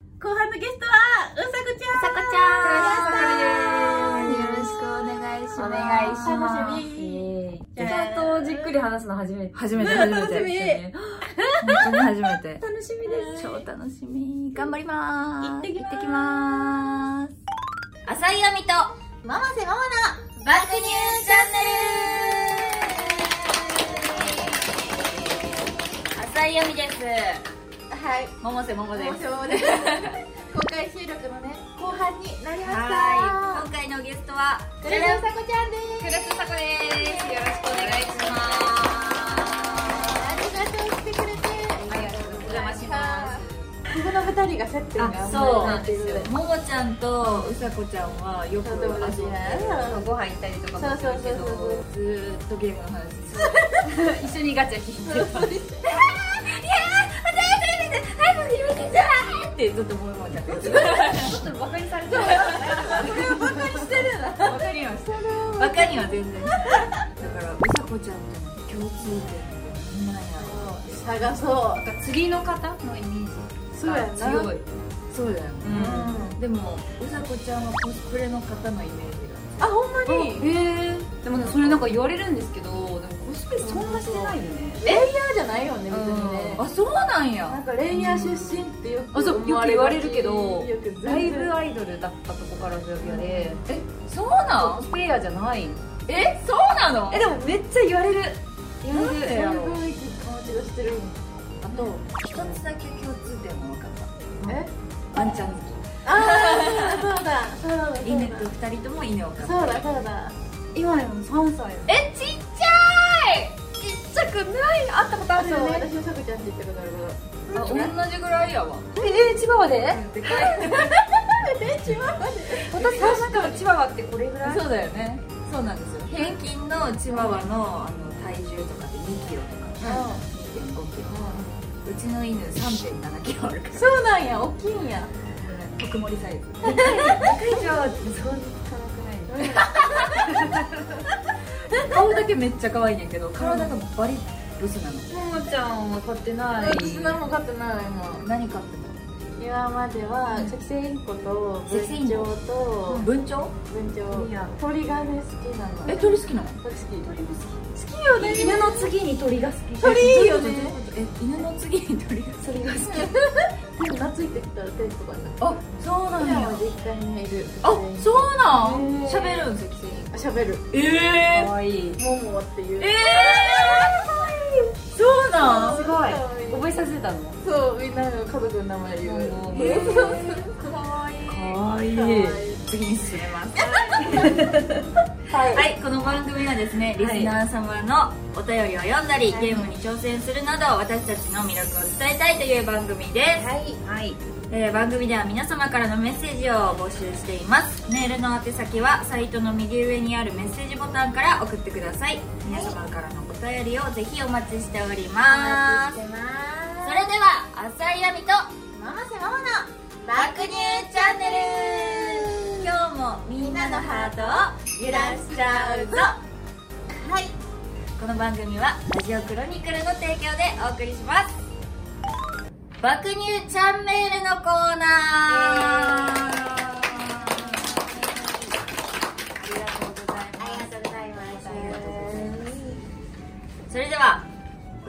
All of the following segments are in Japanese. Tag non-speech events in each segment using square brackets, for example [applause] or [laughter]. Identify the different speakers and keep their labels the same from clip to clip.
Speaker 1: 後半のゲストはうさこちゃん
Speaker 2: うさこちゃん
Speaker 3: よろしくお願いしま
Speaker 2: お
Speaker 3: す。
Speaker 1: 楽
Speaker 2: 願いします
Speaker 1: しみ
Speaker 2: イエーイ
Speaker 3: ちゃんとじっくり話すの初めて。初め
Speaker 1: て初めてですよね
Speaker 3: 本当に初めて。
Speaker 2: [laughs] 楽しみ
Speaker 1: です
Speaker 2: はい
Speaker 3: 超楽しみ。頑張りまーす。
Speaker 1: 行ってきます
Speaker 3: 行ってきまーす。
Speaker 2: 浅井亜美とママセママの爆乳チャンネル浅井亜美です
Speaker 1: はい
Speaker 2: 百瀬桃です
Speaker 1: もうしょうがない公開収録のね後半になりました
Speaker 2: はい今回のゲストは
Speaker 1: クララうさこちゃんです
Speaker 2: クラスサコですよろしくお願いしま
Speaker 1: ありがとう来てくれて
Speaker 2: すはいお邪魔します
Speaker 1: ここの二人が接点があんまり
Speaker 2: そう
Speaker 1: な
Speaker 2: ないん
Speaker 1: って
Speaker 2: で
Speaker 1: いう
Speaker 2: すよももちゃんとうさこちゃんはよく遊んで
Speaker 1: そうですね
Speaker 2: ご飯行ったりとかもするけ
Speaker 1: そうそうそう
Speaker 2: どずーっとゲームの話して一緒にガチャ引いてた「いやー私遊びで早く決めてじゃー!」ってずっとももちゃんとちょっとバカにされてる
Speaker 1: それをバカにしてるな
Speaker 2: バカにはしてるバカには全然してないだからうさこちゃんとの共通点って何なんやろ
Speaker 1: 探そう
Speaker 2: なんか釣りの方のイメージ
Speaker 1: うそうやんな
Speaker 2: 強いそうだよね、
Speaker 1: う
Speaker 2: でもうさこちゃんはコスプレの方のイメージが
Speaker 1: あほんまに
Speaker 3: えー、でもねそれなんか言われるんですけど、でもコスプレそんなしてないよね。
Speaker 1: レイヤーじゃないよね別にね
Speaker 2: あそうなん
Speaker 1: なん
Speaker 2: や
Speaker 1: かレイヤー出身ってよく
Speaker 3: あそう
Speaker 1: 思われがち
Speaker 3: よく言われ
Speaker 1: よく全
Speaker 3: ライ
Speaker 1: 然
Speaker 3: ブアイドルだったとこからずやで、え、
Speaker 2: そうな
Speaker 3: コ
Speaker 2: ん
Speaker 3: スプレイヤーじゃない。
Speaker 2: えそうなの
Speaker 3: え、でもめっちゃ言われる。言わ
Speaker 1: そう
Speaker 3: れる
Speaker 1: い
Speaker 3: や
Speaker 1: う
Speaker 3: ろ。
Speaker 1: 雰囲気感じがしてる
Speaker 2: あと一つだけ共通点も分かっ
Speaker 1: え
Speaker 2: たワンちゃん好
Speaker 1: ああそうだそうだそうだ
Speaker 2: き犬と二人とも犬を飼って
Speaker 1: そうだそうだ
Speaker 3: 今でも3歳。
Speaker 2: えちっちゃいちっちゃくないあったことあ
Speaker 1: あそう私はさくちゃんって言ったことあるけど
Speaker 2: 同じぐらいやわ
Speaker 3: え、千葉まで
Speaker 2: でかい
Speaker 3: 私の中の千葉はってこれぐらい
Speaker 2: そうだよねそうなんですよ平均のチワワのあの体重とかって2キロとか2.5キロうちの犬3.7キロあるから
Speaker 1: そうなんや大きいんや
Speaker 2: 特盛りサイズ
Speaker 3: 千葉は
Speaker 1: そんな辛くない
Speaker 2: 顔だけめっちゃ可愛いねんけど体がバリブスなの
Speaker 3: ももちゃんは買ってな
Speaker 1: 私何も勝ってないも
Speaker 2: 何買って
Speaker 1: ん今まではセキセイインコと
Speaker 2: セキセイイ
Speaker 1: 文
Speaker 2: ンコ
Speaker 1: 鳥
Speaker 2: たの
Speaker 1: と
Speaker 2: 文鳥
Speaker 1: 文
Speaker 3: いいや
Speaker 1: 鳥鳥がね好きなの
Speaker 2: え鳥好きなの
Speaker 1: 鳥好き鳥
Speaker 3: 犬の次に鳥が好き
Speaker 1: 鳥いいよね
Speaker 2: え犬の次に鳥が好き
Speaker 3: 鳥が好
Speaker 1: [laughs]
Speaker 3: き
Speaker 1: でも懐いてきたらテントがな
Speaker 2: あそうな
Speaker 1: 今
Speaker 2: ん
Speaker 1: は
Speaker 2: や
Speaker 1: 実家にいる
Speaker 2: あそうな
Speaker 1: へ
Speaker 2: ん
Speaker 1: ー
Speaker 2: 喋るん関西
Speaker 1: あ喋る
Speaker 2: え
Speaker 3: 可愛い
Speaker 1: モモっていう
Speaker 2: ええそうな
Speaker 1: す
Speaker 2: ん
Speaker 1: ごい
Speaker 3: 覚えさせたの
Speaker 1: そうみんなの家族の名前言う
Speaker 2: え
Speaker 3: え
Speaker 2: ー可愛い
Speaker 3: 可愛い
Speaker 1: かわいい
Speaker 2: 次に進めます
Speaker 1: はい
Speaker 2: はい、この番組はですね、リスナー様のお便りを読んだり、ゲームに挑戦するなど、私たちの魅力を伝えたいという番組です。
Speaker 1: はい
Speaker 2: はい、えー番組では皆様からのメッセージを募集していますメールの宛先はサイトの右上にあるメッセージボタンから送ってください皆様からのお便りをぜひお待ちしておりま
Speaker 1: お待
Speaker 2: す
Speaker 1: ちしてま
Speaker 2: それでは浅井亜美と
Speaker 1: すママせママの爆乳チャンネル
Speaker 2: 今日もみんなのハートを揺らしちゃうぞ
Speaker 1: はい
Speaker 2: この番組はラジオクロニクルの提供でお送りします爆乳チャンネルのコーナー
Speaker 1: ありがとうございます
Speaker 2: ありがとうございますありがとうございそれでは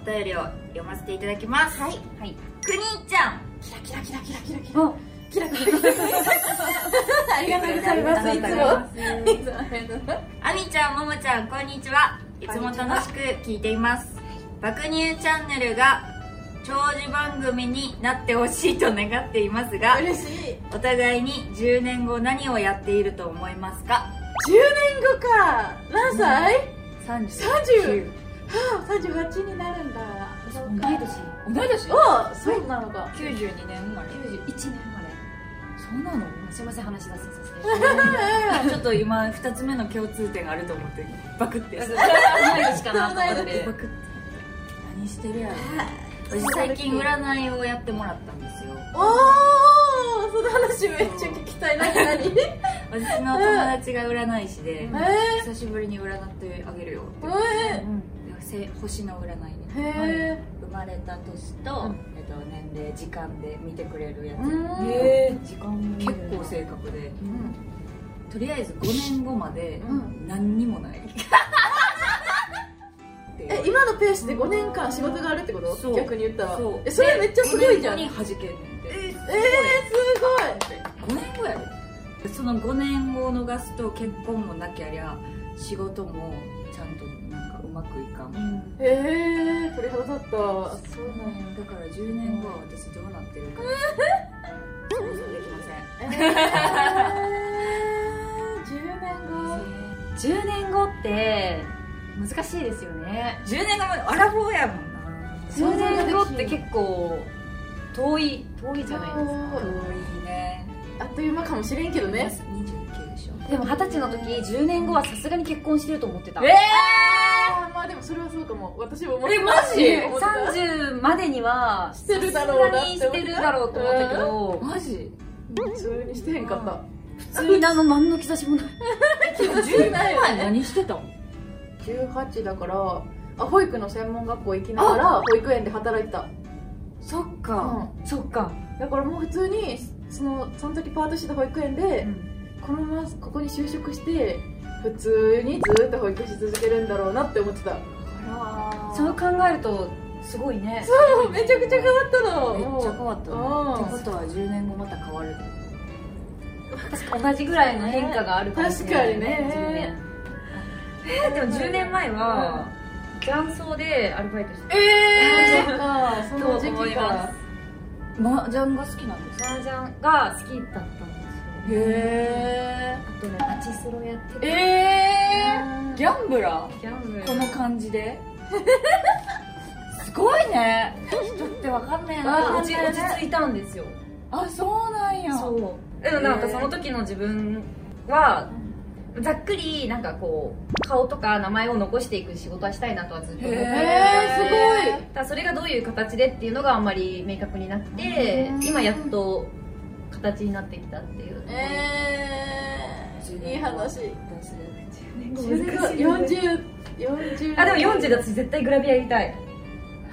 Speaker 2: お便りを読ませていただきますはいはいくにちゃん
Speaker 1: キラキラキラキラキラキラ
Speaker 3: あ
Speaker 1: キラキラキラキラありがとうございますいつもいつもありがとうございます
Speaker 2: あみちゃんももちゃんこんにちはいつも楽しく聞いています爆乳チャンネルが長寿番組になってほしいと願っていますが
Speaker 1: 嬉しい
Speaker 2: お互いに10年後何をやっていると思いますか
Speaker 1: 10年後か何歳、
Speaker 2: 39
Speaker 1: 38になるんだそう
Speaker 2: 同い年同い年
Speaker 1: おそうなのか
Speaker 2: 92年生まれ
Speaker 3: 91年生まれ
Speaker 2: そうなの
Speaker 3: すいません話し出せさせて
Speaker 2: ちょっと今2つ目の共通点があると思ってバクって
Speaker 3: 同い年かなと思
Speaker 2: バ
Speaker 3: って
Speaker 2: クって何してるやろ私最近占いをやってもらったんですよ
Speaker 1: [laughs] おおその話めっちゃ聞きたいな何 [laughs] え
Speaker 2: 私の友達が占い師で
Speaker 1: ー、
Speaker 2: 久しぶりに占ってあげるよって言って
Speaker 1: え
Speaker 2: せ星の占い
Speaker 1: ー、
Speaker 2: ね
Speaker 1: へ
Speaker 2: 生まれた年と、えっと、年齢時間で見てくれるやつ
Speaker 1: うん
Speaker 2: え性格で
Speaker 3: うん
Speaker 2: とりあえず5年後まで
Speaker 3: うん
Speaker 2: 何にもない [laughs]
Speaker 1: え今のペースで5年間仕事があるってこ
Speaker 2: そ
Speaker 1: と
Speaker 2: う
Speaker 1: 逆に言ったら
Speaker 2: そう
Speaker 1: えそれめっちゃすごいじゃん
Speaker 2: 5
Speaker 1: え
Speaker 2: 年後に弾けんねんて
Speaker 1: ー、すごい
Speaker 2: 5年後やろその5年後を逃すと結婚もなきゃりゃ仕事もちゃんとなんかうまくいかん
Speaker 1: ええー、鳥肌立った
Speaker 2: そうなんやだから10年後は私どうなってるか想像できません
Speaker 1: えー、10年後
Speaker 3: 10年後って難しいですよね
Speaker 2: 10年後までアラフォーやもんな
Speaker 3: 10年後って結構遠い遠いじゃないですか
Speaker 2: 遠いね
Speaker 1: あっという間かもしれんけどね
Speaker 2: 29でしょ
Speaker 3: でも二十歳の時10年後はさすがに結婚してると思ってた
Speaker 1: あーまあでもそれはそうかも私も思ってた
Speaker 2: えマジ
Speaker 1: 思ってた
Speaker 3: 30までには
Speaker 1: してるだろうな
Speaker 3: さ
Speaker 1: って思っ
Speaker 3: すがにしててるだろうと思ったけど
Speaker 2: マジ
Speaker 1: それにしてへんか [laughs] った
Speaker 3: 普通に何の何の兆しもない
Speaker 2: 10年前何してたの
Speaker 1: 18だからあ保育の専門学校行きながら保育園で働いてた、
Speaker 2: そっ
Speaker 1: う
Speaker 2: か、
Speaker 1: ん、
Speaker 3: そっか
Speaker 1: だからもう普通にそのその時パートしてた保育園で、このままここに就職して普通にずっと保育し続けるんだろうなって思ってた
Speaker 3: そう考えるとすごいね
Speaker 1: そうめちゃくちゃ変わったの
Speaker 2: めっちゃ変わった
Speaker 1: うん
Speaker 2: ねってことは10年後また変わるってこと
Speaker 3: 確かに同じぐらいの変化があるかもしれない
Speaker 1: 確かにね
Speaker 3: 10年えーでも10年前は雀荘でアルバイトして
Speaker 1: ええー、かその時期か
Speaker 2: マージャンが好きなんです
Speaker 3: 麻雀が好きだったんですよ
Speaker 2: へ
Speaker 3: あとねパチスロやって
Speaker 2: え
Speaker 3: て
Speaker 2: えー、ギャンブラ
Speaker 3: ギャンブル
Speaker 2: ーこの感じで [laughs] すごいね人ってわかんねえな
Speaker 3: 落ち落ち着いたんですよ
Speaker 2: あそうなんや
Speaker 3: そうでもなんかその時の自分はざっくりなんかこう顔とか名前を残していく仕事はしたいなとはずっと思っ
Speaker 2: へ
Speaker 3: てて
Speaker 1: えー、す
Speaker 3: ただそれがどういう形でっていうのがあんまり明確になくて
Speaker 1: うん
Speaker 3: 今やっと形になってきたってい
Speaker 1: ご
Speaker 3: う
Speaker 1: いええー、いい話
Speaker 3: 10年後
Speaker 1: 40 40
Speaker 3: あでも40だ私絶対グラビアやりたい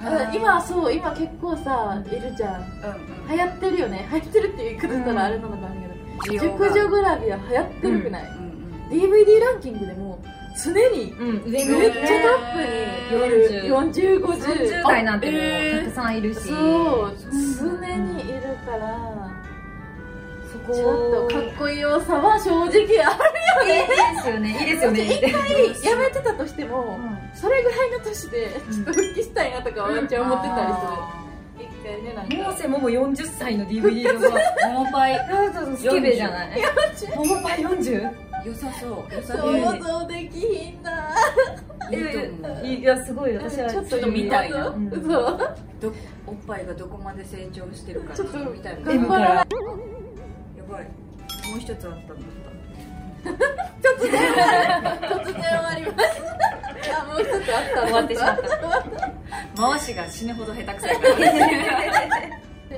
Speaker 1: あ今そう今結構さいるじゃん
Speaker 2: うん
Speaker 1: 流行ってるよね流行ってるって言い方したらあれなのかもしれないけど、熟
Speaker 2: 熟
Speaker 1: 女
Speaker 2: 女
Speaker 1: グラビア流行ってるくない、
Speaker 2: うん
Speaker 1: DVD ランキングでも常に
Speaker 3: うん
Speaker 1: め
Speaker 3: 上
Speaker 1: っ
Speaker 3: の
Speaker 1: ちゃトップにいる4050
Speaker 3: 40代なんてもうたく
Speaker 1: え
Speaker 3: さんいる
Speaker 1: ー、
Speaker 3: し
Speaker 1: そう常にいるから、
Speaker 3: そ
Speaker 1: ちょっ
Speaker 3: こと
Speaker 1: かっこいい要さは正直ある
Speaker 3: いいですよねいいですよね
Speaker 1: [laughs]
Speaker 3: 一
Speaker 1: やめてたとしても、それぐらいの年でちょっと復帰したいなとかはめっちゃ思ってたりする、一回ねなん
Speaker 3: 百
Speaker 1: か
Speaker 3: 瀬もも40歳の DVD のさ
Speaker 2: モモパイ
Speaker 3: スケベじゃないモモパイ 40?
Speaker 2: 良さそう良さそう
Speaker 1: 想像できひんない
Speaker 2: いと思う
Speaker 3: いやすごい私は
Speaker 1: ちょっ
Speaker 2: ちょっと
Speaker 1: と
Speaker 2: 見
Speaker 1: 見
Speaker 2: た
Speaker 1: た
Speaker 2: い
Speaker 1: い
Speaker 2: な
Speaker 1: な。
Speaker 3: うん
Speaker 1: そう。
Speaker 2: どおっぱいがどこまで成長してるか
Speaker 1: ちょっと
Speaker 2: みたいな
Speaker 1: 頑張らない。
Speaker 2: やばいもう一つあったんだっ
Speaker 1: 突然、突然終わりました。あ、もう一つあった。
Speaker 3: 終わってしまった
Speaker 2: 回しが死ぬほど下手くそやから [laughs]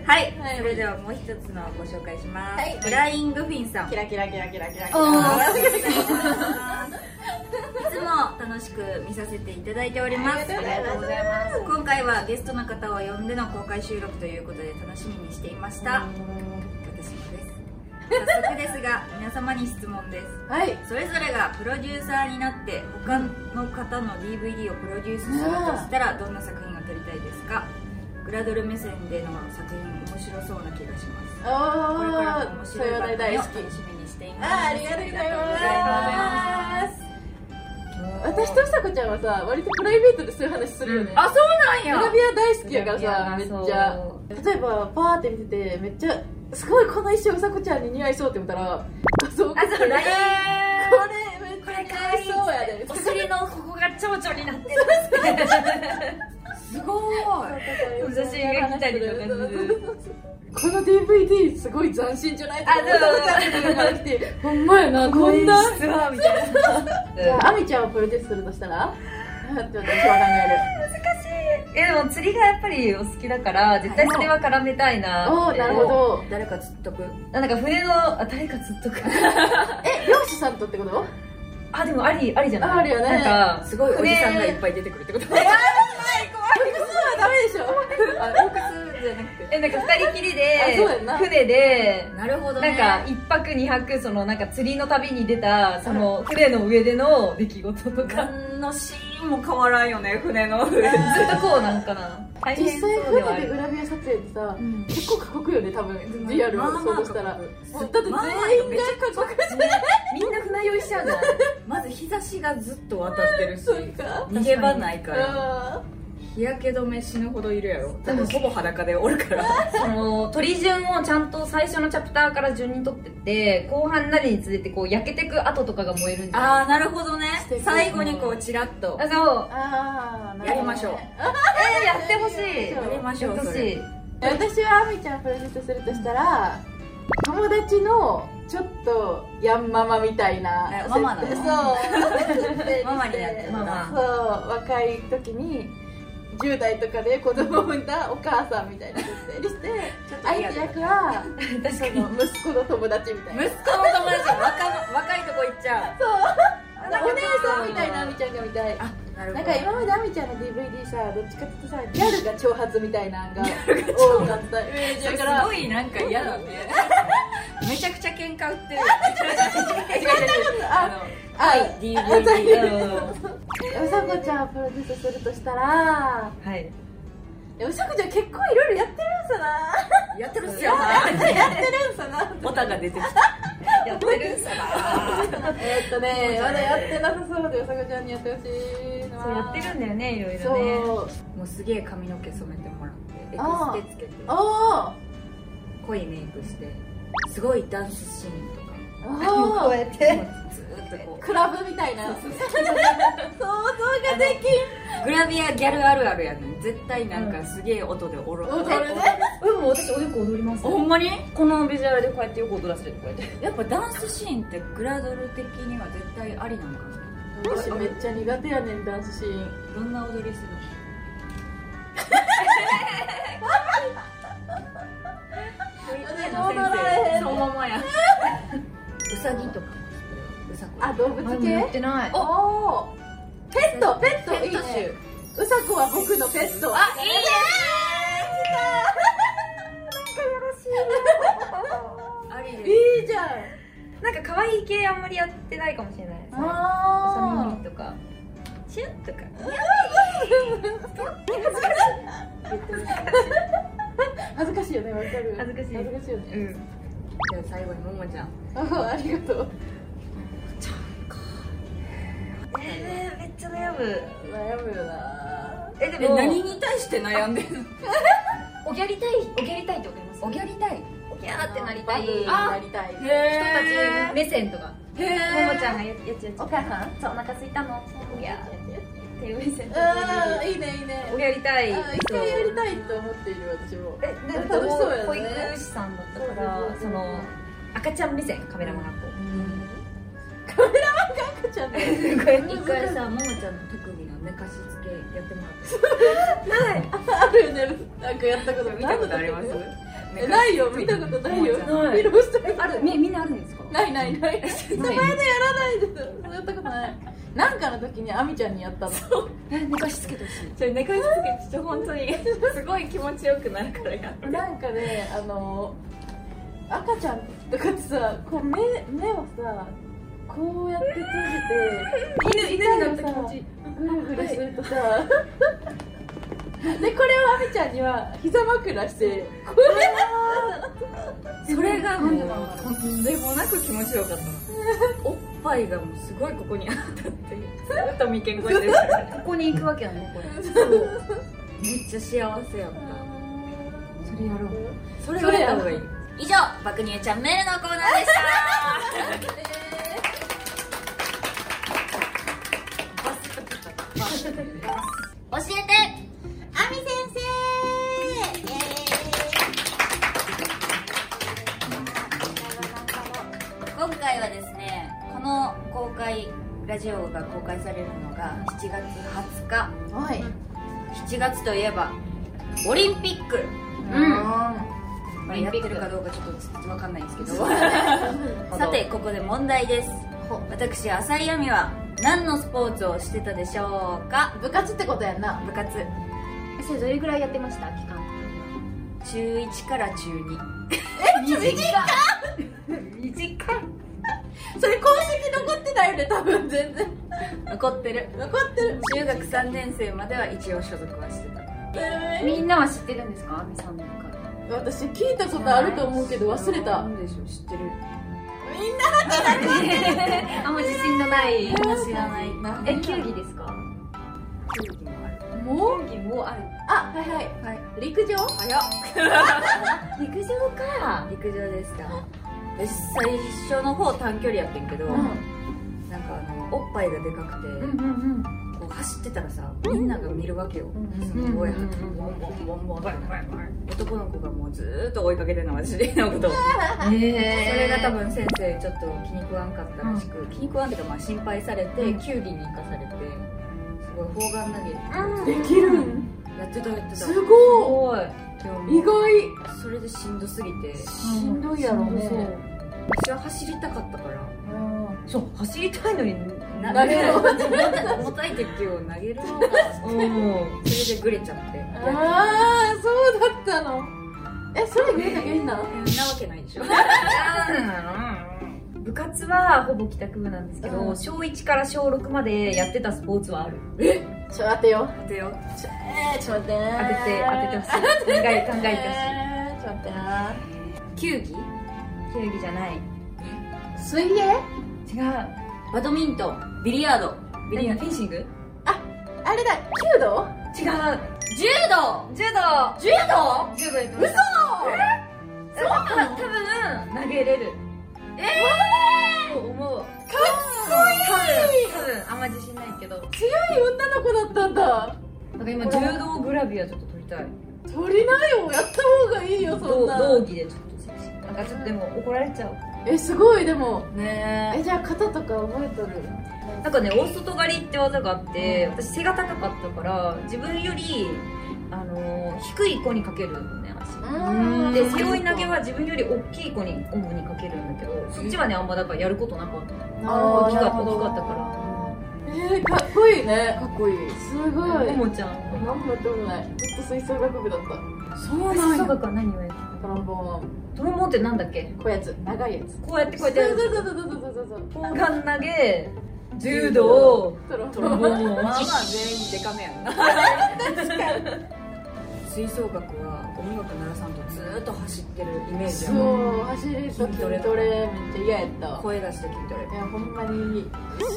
Speaker 2: はい、
Speaker 1: はい
Speaker 2: それではもう一つのご紹介します、
Speaker 1: はい
Speaker 2: フライングフィンさ
Speaker 1: [laughs]
Speaker 2: ん
Speaker 1: キラキラキラキラキラキラ。
Speaker 2: お
Speaker 1: あ
Speaker 2: 願いしますいつも楽しく見させていただいております
Speaker 1: りがとうございます。
Speaker 2: 今回はゲストの方を呼んでの公開収録ということで楽しみにしていました私もです早速ですが皆様に質問です
Speaker 1: はい。
Speaker 2: それぞれがプロデューサーになって他の方の DVD をプロデュースするとしたらどんな作品を撮りたいですかグラドル目線での作品面白そうな気がしますこれからも
Speaker 1: あ
Speaker 2: 面
Speaker 1: あ、
Speaker 2: 白
Speaker 1: そう
Speaker 2: い
Speaker 1: いう話題
Speaker 2: 番組
Speaker 1: 大
Speaker 2: を
Speaker 1: 好き
Speaker 2: 楽。しみにしていま
Speaker 1: あ
Speaker 2: す
Speaker 1: あ、ありがとうございます。私
Speaker 3: 私
Speaker 1: とさこちゃんはさ、割とプライベートでそういう話するよね。
Speaker 2: あそう
Speaker 1: グラビア大好きやからさ、めっちゃ。例えばパーって見ててめっちゃすごいこの衣装さこちゃんに似合いそうって思ったらあそう
Speaker 2: あそうライ
Speaker 1: これめっちゃ似合いそうやで
Speaker 3: お尻のここが蝶々になって
Speaker 2: すごい
Speaker 3: る写真が来たりとかする
Speaker 1: この DVD すごい斬新じゃない
Speaker 3: あそう
Speaker 1: とか来てほんまやなこんな
Speaker 3: すわみたい
Speaker 1: じゃ
Speaker 3: な
Speaker 1: あアミちゃんをプロデュースするとしたらあって私は
Speaker 3: えでも釣りがやっぱりお好きだから絶対それは絡めたい
Speaker 1: 考え
Speaker 3: な
Speaker 1: るおおーなるほど
Speaker 2: 誰か釣っとく
Speaker 3: なんか船のあ誰か釣っとく
Speaker 1: え漁師さんとってこと
Speaker 3: あでもありありじゃない
Speaker 1: ああるよね
Speaker 3: なんか
Speaker 2: すごいおじさんがいっぱい出てくるってこと
Speaker 1: 嘘ダメでしょあ
Speaker 2: フォーカスじゃなくて
Speaker 3: えなんか二人きり
Speaker 1: あそうや
Speaker 3: で
Speaker 1: んな
Speaker 3: 船で
Speaker 2: なるほど
Speaker 3: な
Speaker 2: ね
Speaker 3: んか一泊二泊そのなんか釣りの旅に出たその船の上での出来事とか
Speaker 2: 何のシーンも変わらんよね船の上
Speaker 3: ずっとこうなんかな大
Speaker 1: 実
Speaker 3: 変
Speaker 1: 際
Speaker 3: そうではあ
Speaker 1: 船でグ
Speaker 3: る
Speaker 1: ラビア撮影ってさ結構過酷よね多分リアルを想像したらだって全員が過酷じゃない
Speaker 3: みんな船酔いしちゃうじゃん
Speaker 2: まず日差しがずっと当たってるし
Speaker 1: そうか
Speaker 2: 逃げ場ないから
Speaker 1: あ
Speaker 2: 日焼け止め死ぬほどいるやろ多分ほぼ裸でおるから
Speaker 1: [laughs]
Speaker 3: その取り順をちゃんと最初のチャプターから順に取ってって後半になるにつれてこう焼けてく跡とかが燃えるんじゃない
Speaker 2: ああなるほどね
Speaker 1: 素敵
Speaker 2: 最後にこうチラッと
Speaker 3: あそう
Speaker 1: ーあーなるほどね
Speaker 2: やりましょう
Speaker 3: えーやってほしい
Speaker 1: や
Speaker 2: やりましょう
Speaker 3: やっ
Speaker 2: そ
Speaker 3: てほし
Speaker 2: れ
Speaker 3: い
Speaker 1: 私はあみちゃんをプレゼントするとしたら友達のちょっとヤンママみたいな
Speaker 2: えママなの
Speaker 1: そう
Speaker 2: ママになってる
Speaker 3: ママ
Speaker 1: そう若い時に10代とかで子供を産んだお母さんみたいな設定にして
Speaker 2: [laughs] ちょっと
Speaker 1: 相
Speaker 2: リアル
Speaker 1: 手役は
Speaker 3: 確か
Speaker 1: そ
Speaker 3: に
Speaker 1: の息子の友達みたいな
Speaker 2: 息子の友達若の若いとこ行っちゃうそう
Speaker 1: お姉さんみたいなあみちゃんが見たい
Speaker 2: あなる
Speaker 1: なん
Speaker 2: ほ
Speaker 1: か
Speaker 2: ど
Speaker 1: 今まであみちゃんの DVD さどっちかっていうとさギャルが挑発みたいなのが多かったイメージだ
Speaker 2: す
Speaker 1: から
Speaker 2: ごいなんか嫌だ
Speaker 1: [laughs]
Speaker 2: ねめちゃくちゃ喧嘩売ってる
Speaker 1: ああ
Speaker 2: はい DVD
Speaker 1: うさこちゃんをプロデュースするとしたら
Speaker 3: はい
Speaker 1: うさこちゃん結構いろいろやってるんさな
Speaker 2: やってるっすよ
Speaker 1: やってるんさな
Speaker 2: ボタンが出てきた
Speaker 3: やってるんさ
Speaker 1: えーっとねまだやってなさそうでうさこちゃんにやってほしいな
Speaker 3: そうやってるんだよねいろいろね
Speaker 1: そう
Speaker 2: もうすげえ髪の毛染めてもらってエ
Speaker 1: あー
Speaker 2: クステつけて
Speaker 1: おー
Speaker 2: 濃いメイクしてすごいダンスシーン
Speaker 1: [laughs]
Speaker 2: とか
Speaker 1: おお
Speaker 2: もうずーっとこ
Speaker 1: クラブみたいな想像ができ
Speaker 2: うグラビアギャルあるあるやねん絶対なんかすげえ音で踊る、
Speaker 1: ん踊るね
Speaker 3: でも私およく踊ります
Speaker 2: ほんまに
Speaker 3: このビジュアルでこうやってよく踊らせてるこうやって
Speaker 2: やっぱダンスシーンってグラドル的には絶対ありなんかな
Speaker 1: る私めっちゃ苦手やねんダンスシーン
Speaker 2: どんな踊りするの
Speaker 1: [laughs] 私踊られへん
Speaker 2: そのままやうさぎとかうさこ
Speaker 1: あ動物
Speaker 3: や
Speaker 1: 系
Speaker 3: ってない
Speaker 1: おおペットペットいいねうさこは僕のペットあ
Speaker 2: いいねありです
Speaker 1: いいじゃん
Speaker 3: なんか可愛い系あんまりやってないかもしれない
Speaker 1: あ
Speaker 3: おさみとかチュンとか
Speaker 1: 恥ずかしいよねわかる
Speaker 3: 恥ずかしい
Speaker 1: 恥ずかしいよ
Speaker 3: う
Speaker 1: ね
Speaker 3: ん
Speaker 2: じゃあ最後にももちゃん
Speaker 1: あありがとう
Speaker 3: えー、めっちゃ悩む
Speaker 1: 悩むよな
Speaker 3: えで
Speaker 2: え
Speaker 3: も
Speaker 2: 何に対して悩んで [laughs] るの
Speaker 3: おぎゃりたいおぎゃりたいってわかります
Speaker 2: おぎゃりたい
Speaker 3: おぎゃーってなりたい
Speaker 1: バブ
Speaker 3: 人
Speaker 1: ーなりたい
Speaker 2: へ
Speaker 3: たち
Speaker 2: え
Speaker 3: 目線とか
Speaker 2: へ
Speaker 3: ももちゃん
Speaker 2: ん
Speaker 3: がやっちゃうやっちゃ
Speaker 1: お
Speaker 3: う
Speaker 1: 母さん
Speaker 3: そうお腹すいたのおぎゃーっていう目線とか
Speaker 1: うんいいねいいね
Speaker 3: おぎゃりたい
Speaker 1: あ一回やりたいと思っている私も
Speaker 3: えなんか
Speaker 1: 楽しそうやね
Speaker 3: 保育士さんだったからその赤ちゃん目線カメラマン学校
Speaker 1: 赤ちゃん
Speaker 3: [laughs]
Speaker 1: ね
Speaker 3: こうやって
Speaker 2: 一回さももちゃんの特技の寝かしつけやってもらって
Speaker 1: あるよねなんかやったこと
Speaker 2: 見たことあります
Speaker 1: えないよ見たことないよ
Speaker 3: ない
Speaker 1: 披露したこと
Speaker 3: あるみみんなあるん [laughs] ですか
Speaker 1: ないないない
Speaker 3: 人
Speaker 1: 前でやらないですそうやったことないなんかの時にあみちゃんにやったの
Speaker 3: え寝かしつけてほしい
Speaker 2: それ寝かしつけちょっと本当にすごい気持ちよくなる
Speaker 3: [laughs]
Speaker 2: からや
Speaker 1: なんかねあの赤ちゃんとかってさこう目目をさこうやって閉じて
Speaker 3: いい
Speaker 1: ぐるぐるするとさ、でこれをあみちゃんには膝枕してこれ
Speaker 2: それが
Speaker 1: な
Speaker 2: も
Speaker 1: んだろ
Speaker 2: うとんでもなく気持ちよかったの
Speaker 3: [laughs]
Speaker 2: おっぱいがもうすごいここにあったっていうずっと眉間越 [laughs] えてるから
Speaker 3: ここに行くわけやねこれ
Speaker 2: めっちゃ幸せやった
Speaker 1: そ
Speaker 3: それやろう
Speaker 2: それやった方がいい以上爆乳チャンネルのコーナーでした
Speaker 4: あみ先生
Speaker 2: 教えて
Speaker 4: イエーイ
Speaker 2: 今回はですねこの公開ラジオが公開されるのが7月20日
Speaker 1: はい
Speaker 2: 7月といえばオリンピック
Speaker 3: ん
Speaker 2: まあやってるかどうかちょっと分かんないんですけど [laughs] さ
Speaker 3: さ
Speaker 2: て
Speaker 3: て
Speaker 2: ここで問題です私浅井亜美は何のスポーツをしてたでしょうか
Speaker 1: 部活ってことやんな
Speaker 2: 部活
Speaker 3: えそれどれぐらいやってました期間
Speaker 2: 中1から中2
Speaker 1: それ公式残ってないよね多分全然
Speaker 2: 残ってる
Speaker 1: 残ってる
Speaker 2: 中学3年生までは一応所属はしてた
Speaker 1: え
Speaker 3: みんなは知ってるんですかあみさん
Speaker 2: [laughs]
Speaker 3: のか
Speaker 1: ー私聞いたことあると思うけど忘れた
Speaker 2: なんでしょう知ってる
Speaker 1: みんな
Speaker 3: あんま自信のない
Speaker 2: みんな知らないな
Speaker 3: え球技ですか
Speaker 2: 球技もある
Speaker 1: もう
Speaker 3: 技もある
Speaker 1: あはいはい、
Speaker 2: は
Speaker 1: 陸上
Speaker 2: 早っ
Speaker 3: 陸上か
Speaker 2: 陸上ですか私最初の方短距離やってんけど、なんかあのおっぱいがでかくて、
Speaker 3: うんうん
Speaker 2: こう走ってたらさみんなが見るわけよ、
Speaker 3: ん
Speaker 2: すごい走ってボンボンボンボンボン男の子がもうずーっと追いかけてるの私のことを
Speaker 3: うん
Speaker 2: そ
Speaker 3: え
Speaker 2: れが多分先生ちょっと気に食わんかったらしく、気に食わんっていうかまあ心配されて、
Speaker 3: うん
Speaker 2: 球技に行かされてすごい砲丸投げ
Speaker 1: できるん
Speaker 2: やってたやってた
Speaker 1: すご
Speaker 3: ごい
Speaker 2: でももう
Speaker 1: い意外
Speaker 2: それでしんどすぎて
Speaker 1: しんどいやろう
Speaker 3: そう
Speaker 1: ね
Speaker 2: 私は走りたかったから
Speaker 3: そう走りたいのに
Speaker 2: な
Speaker 1: 投げろ
Speaker 2: 自分たち重たい鉄球を投げるのが
Speaker 3: うん
Speaker 2: それでグレちゃっていや
Speaker 1: ああそうだったのえそれみんな原因なの
Speaker 2: なわけないでしょ
Speaker 3: 部活はほぼ帰宅部なんですけど、
Speaker 1: うん
Speaker 3: 小1から小6までやってたスポーツはある
Speaker 1: ちょっと待ってよ
Speaker 2: 待てよ
Speaker 1: ちょ,、えー、ちょっと待って
Speaker 3: 当てて当ててほしい
Speaker 1: い
Speaker 3: 考え考え
Speaker 1: えー、ちょっと待ってな
Speaker 2: 球技
Speaker 3: てほしい球技じゃない
Speaker 1: 水泳
Speaker 3: 違う
Speaker 2: バドミントンビリヤードビリヤー
Speaker 3: 何フェンシング違う
Speaker 1: あれだ弓道
Speaker 2: 柔道
Speaker 3: 柔道
Speaker 2: 柔道
Speaker 3: 柔道やってました嘘えそう多分投げれるええー、思うかっこいい多分多分あんま自信ないけど
Speaker 1: 強い女の子だったんだ
Speaker 3: なんか今柔道グラビアちょっと撮りたい
Speaker 1: 取りなよやった方がいいよそん
Speaker 3: 道
Speaker 1: な
Speaker 3: 道着でちょっとセクシーなんかちょっとでも怒られちゃう
Speaker 1: えすごいでも
Speaker 2: ね
Speaker 1: えじゃあ肩とか覚えとる
Speaker 3: なんかね大外刈りって技があって私背が高かったから自分よりあのー低い子にかけるのね足
Speaker 1: うん
Speaker 3: で背負い投げは自分より大きい子に主にかけるんだけどそっちはねあんまだからやることなかった
Speaker 1: あー
Speaker 3: 大きか
Speaker 1: な
Speaker 3: った
Speaker 1: るほど
Speaker 3: 大きかったから
Speaker 1: えー、かっこいいね
Speaker 2: かっこいい
Speaker 1: すごい
Speaker 3: も
Speaker 1: 何も
Speaker 3: もちゃん
Speaker 1: やったことないずっと吹奏楽部だった
Speaker 2: そう
Speaker 3: 吹奏楽は何をやる
Speaker 1: トロンボーン
Speaker 3: トロンボーンってなんだっけ
Speaker 1: こういうやつ長いやつ
Speaker 3: こうやってこうやって
Speaker 1: そうそうそうそうそうそうそう
Speaker 3: 砲丸投げ柔道
Speaker 1: トロンボ
Speaker 3: トロ
Speaker 1: ー
Speaker 3: ン
Speaker 1: ン
Speaker 3: ボーン
Speaker 2: まあま
Speaker 3: は
Speaker 2: あ全員デカめやんな [laughs] 吹奏楽は音楽鳴らさんとずーっと走ってるイメージやもん
Speaker 1: そう走りと筋トレ
Speaker 2: 筋
Speaker 1: トレめっちゃ嫌やったわ
Speaker 2: 声出して筋トレ
Speaker 1: いやほんまにし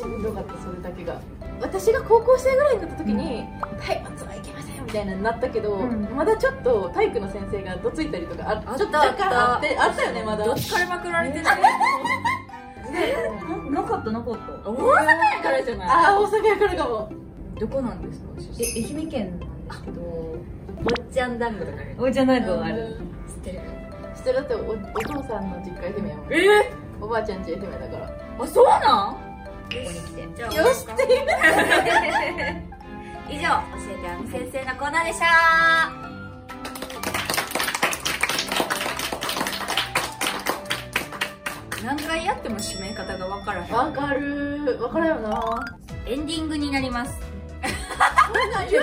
Speaker 1: んどかったそれだけが私が高校生ぐらいになった時に「体罰はいけません」みたいなのになったけど、
Speaker 3: うん
Speaker 1: まだちょっと体育の先生がどついたりとかあ
Speaker 2: あった
Speaker 1: ちょっと若干
Speaker 2: あ
Speaker 1: あ
Speaker 2: っ
Speaker 1: ったてあったよねまだ
Speaker 2: どっかれまくられてない
Speaker 3: ななかったなかっ
Speaker 2: [laughs]
Speaker 3: た
Speaker 2: 大阪やからじゃない
Speaker 1: ああ大阪やからかも
Speaker 2: どこなんですか
Speaker 3: え愛媛県なんですけど
Speaker 2: 坊ちゃん団子とかね
Speaker 3: おじゃないとある
Speaker 2: 知ってる
Speaker 1: それだっておお父さんの実家愛媛やもん
Speaker 2: ええ
Speaker 1: おばあちゃんち愛媛だから
Speaker 2: あそうなん
Speaker 3: ここに来て
Speaker 2: じゃ
Speaker 1: よしっていう
Speaker 2: 以上教えてあみ先生のコーナーでした何回やっても締め方がわからへん
Speaker 1: わかるわからんよな
Speaker 2: エンディングになります
Speaker 1: 言ったことないよ今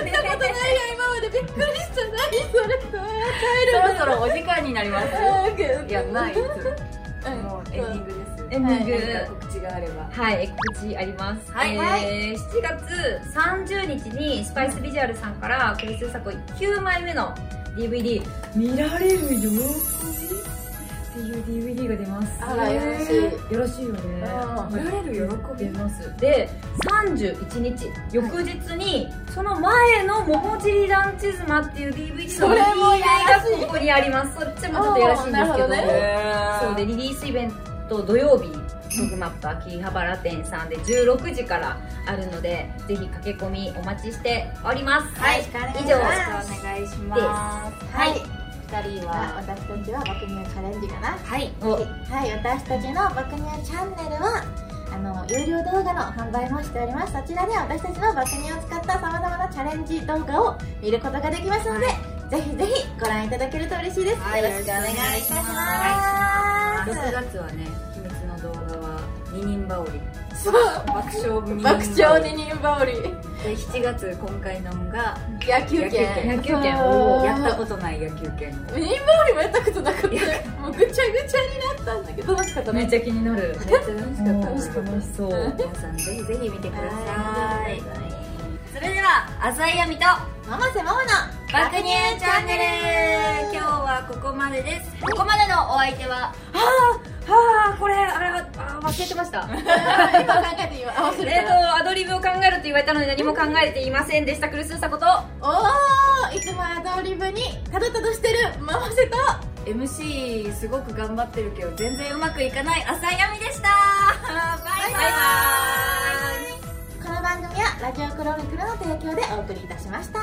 Speaker 1: までびっくりした何それ [laughs]
Speaker 2: そろそろお時間になります
Speaker 1: い
Speaker 2: [laughs] いやない
Speaker 1: うん
Speaker 2: もうエンディングです
Speaker 3: エンディング、
Speaker 2: 何か告知があれば
Speaker 3: はい、告知あります。
Speaker 2: はい
Speaker 3: えー、7月30日にスパイスビジュアルさんからクリス作9枚目の DVD「見られる喜び」っていう DVD が出ます。
Speaker 1: あらよろしい
Speaker 3: い。よろしいよね。
Speaker 1: あー
Speaker 3: はい
Speaker 2: 見られる喜
Speaker 3: 出
Speaker 2: び
Speaker 3: ます。で、31日、翌日に、その前の桃尻ランチズマっていう DVD の
Speaker 1: それもやらしい
Speaker 3: がここにあります。そっちもちょっとやらしいんですけ
Speaker 1: あーなるほどね
Speaker 3: そうでリリースイベント土曜日フグマップ秋葉原店さんで16時からあるのでぜひ駆け込みお待ちしております
Speaker 2: はい
Speaker 3: 以
Speaker 2: 以上
Speaker 3: 上
Speaker 2: お願いします
Speaker 4: はい、
Speaker 2: 二人
Speaker 4: まあ
Speaker 2: は
Speaker 4: 私たちは爆乳チャレンジかな
Speaker 2: はい
Speaker 3: お
Speaker 4: はい、私たちの爆乳チャンネルはあの有料動画の販売もしておりますそちらで私たちの爆乳を使ったさまざまなチャレンジ動画を見ることができますので、ぜひぜひご覧いただけると嬉しいです、
Speaker 2: はい
Speaker 4: よろしくお願いいたします、
Speaker 2: はい
Speaker 4: はい
Speaker 2: 6月はね秘密の動画は二人羽織
Speaker 1: そう
Speaker 2: 爆笑二人
Speaker 1: 爆笑二人羽織
Speaker 2: で7月今回のが
Speaker 1: 野球
Speaker 2: 拳
Speaker 1: 拳
Speaker 3: 野球拳
Speaker 1: そう
Speaker 2: やったことない野球拳を
Speaker 1: 二人羽織もやったことなくてもうぐちゃぐちゃになったんだけど楽しかった
Speaker 3: め
Speaker 1: ね
Speaker 3: っちゃ気になる
Speaker 2: めっちゃ楽しかった
Speaker 3: 楽しそう
Speaker 2: 皆さんぜひぜひ見てくださ
Speaker 1: はい
Speaker 2: いそれでは浅井亜美と
Speaker 4: マセママの
Speaker 2: 爆乳チャンネル今日はここまでですここまでのお相手は
Speaker 3: はあこれあれはあー忘れてました
Speaker 2: [laughs]
Speaker 1: 今考えて今合わせる
Speaker 3: え
Speaker 1: か
Speaker 3: っ
Speaker 1: ら
Speaker 3: とアドリブを考えると言われたので何も考えていませんでした苦しさこと
Speaker 1: おーいつもアドリブにたどたどしてるママセと
Speaker 2: MC すごく頑張ってるけど全然うまくいかない浅井亜美でした [laughs] バイバ
Speaker 4: バイ
Speaker 2: イ
Speaker 4: この番組はラジオクロニクルの提供でお送りいたしました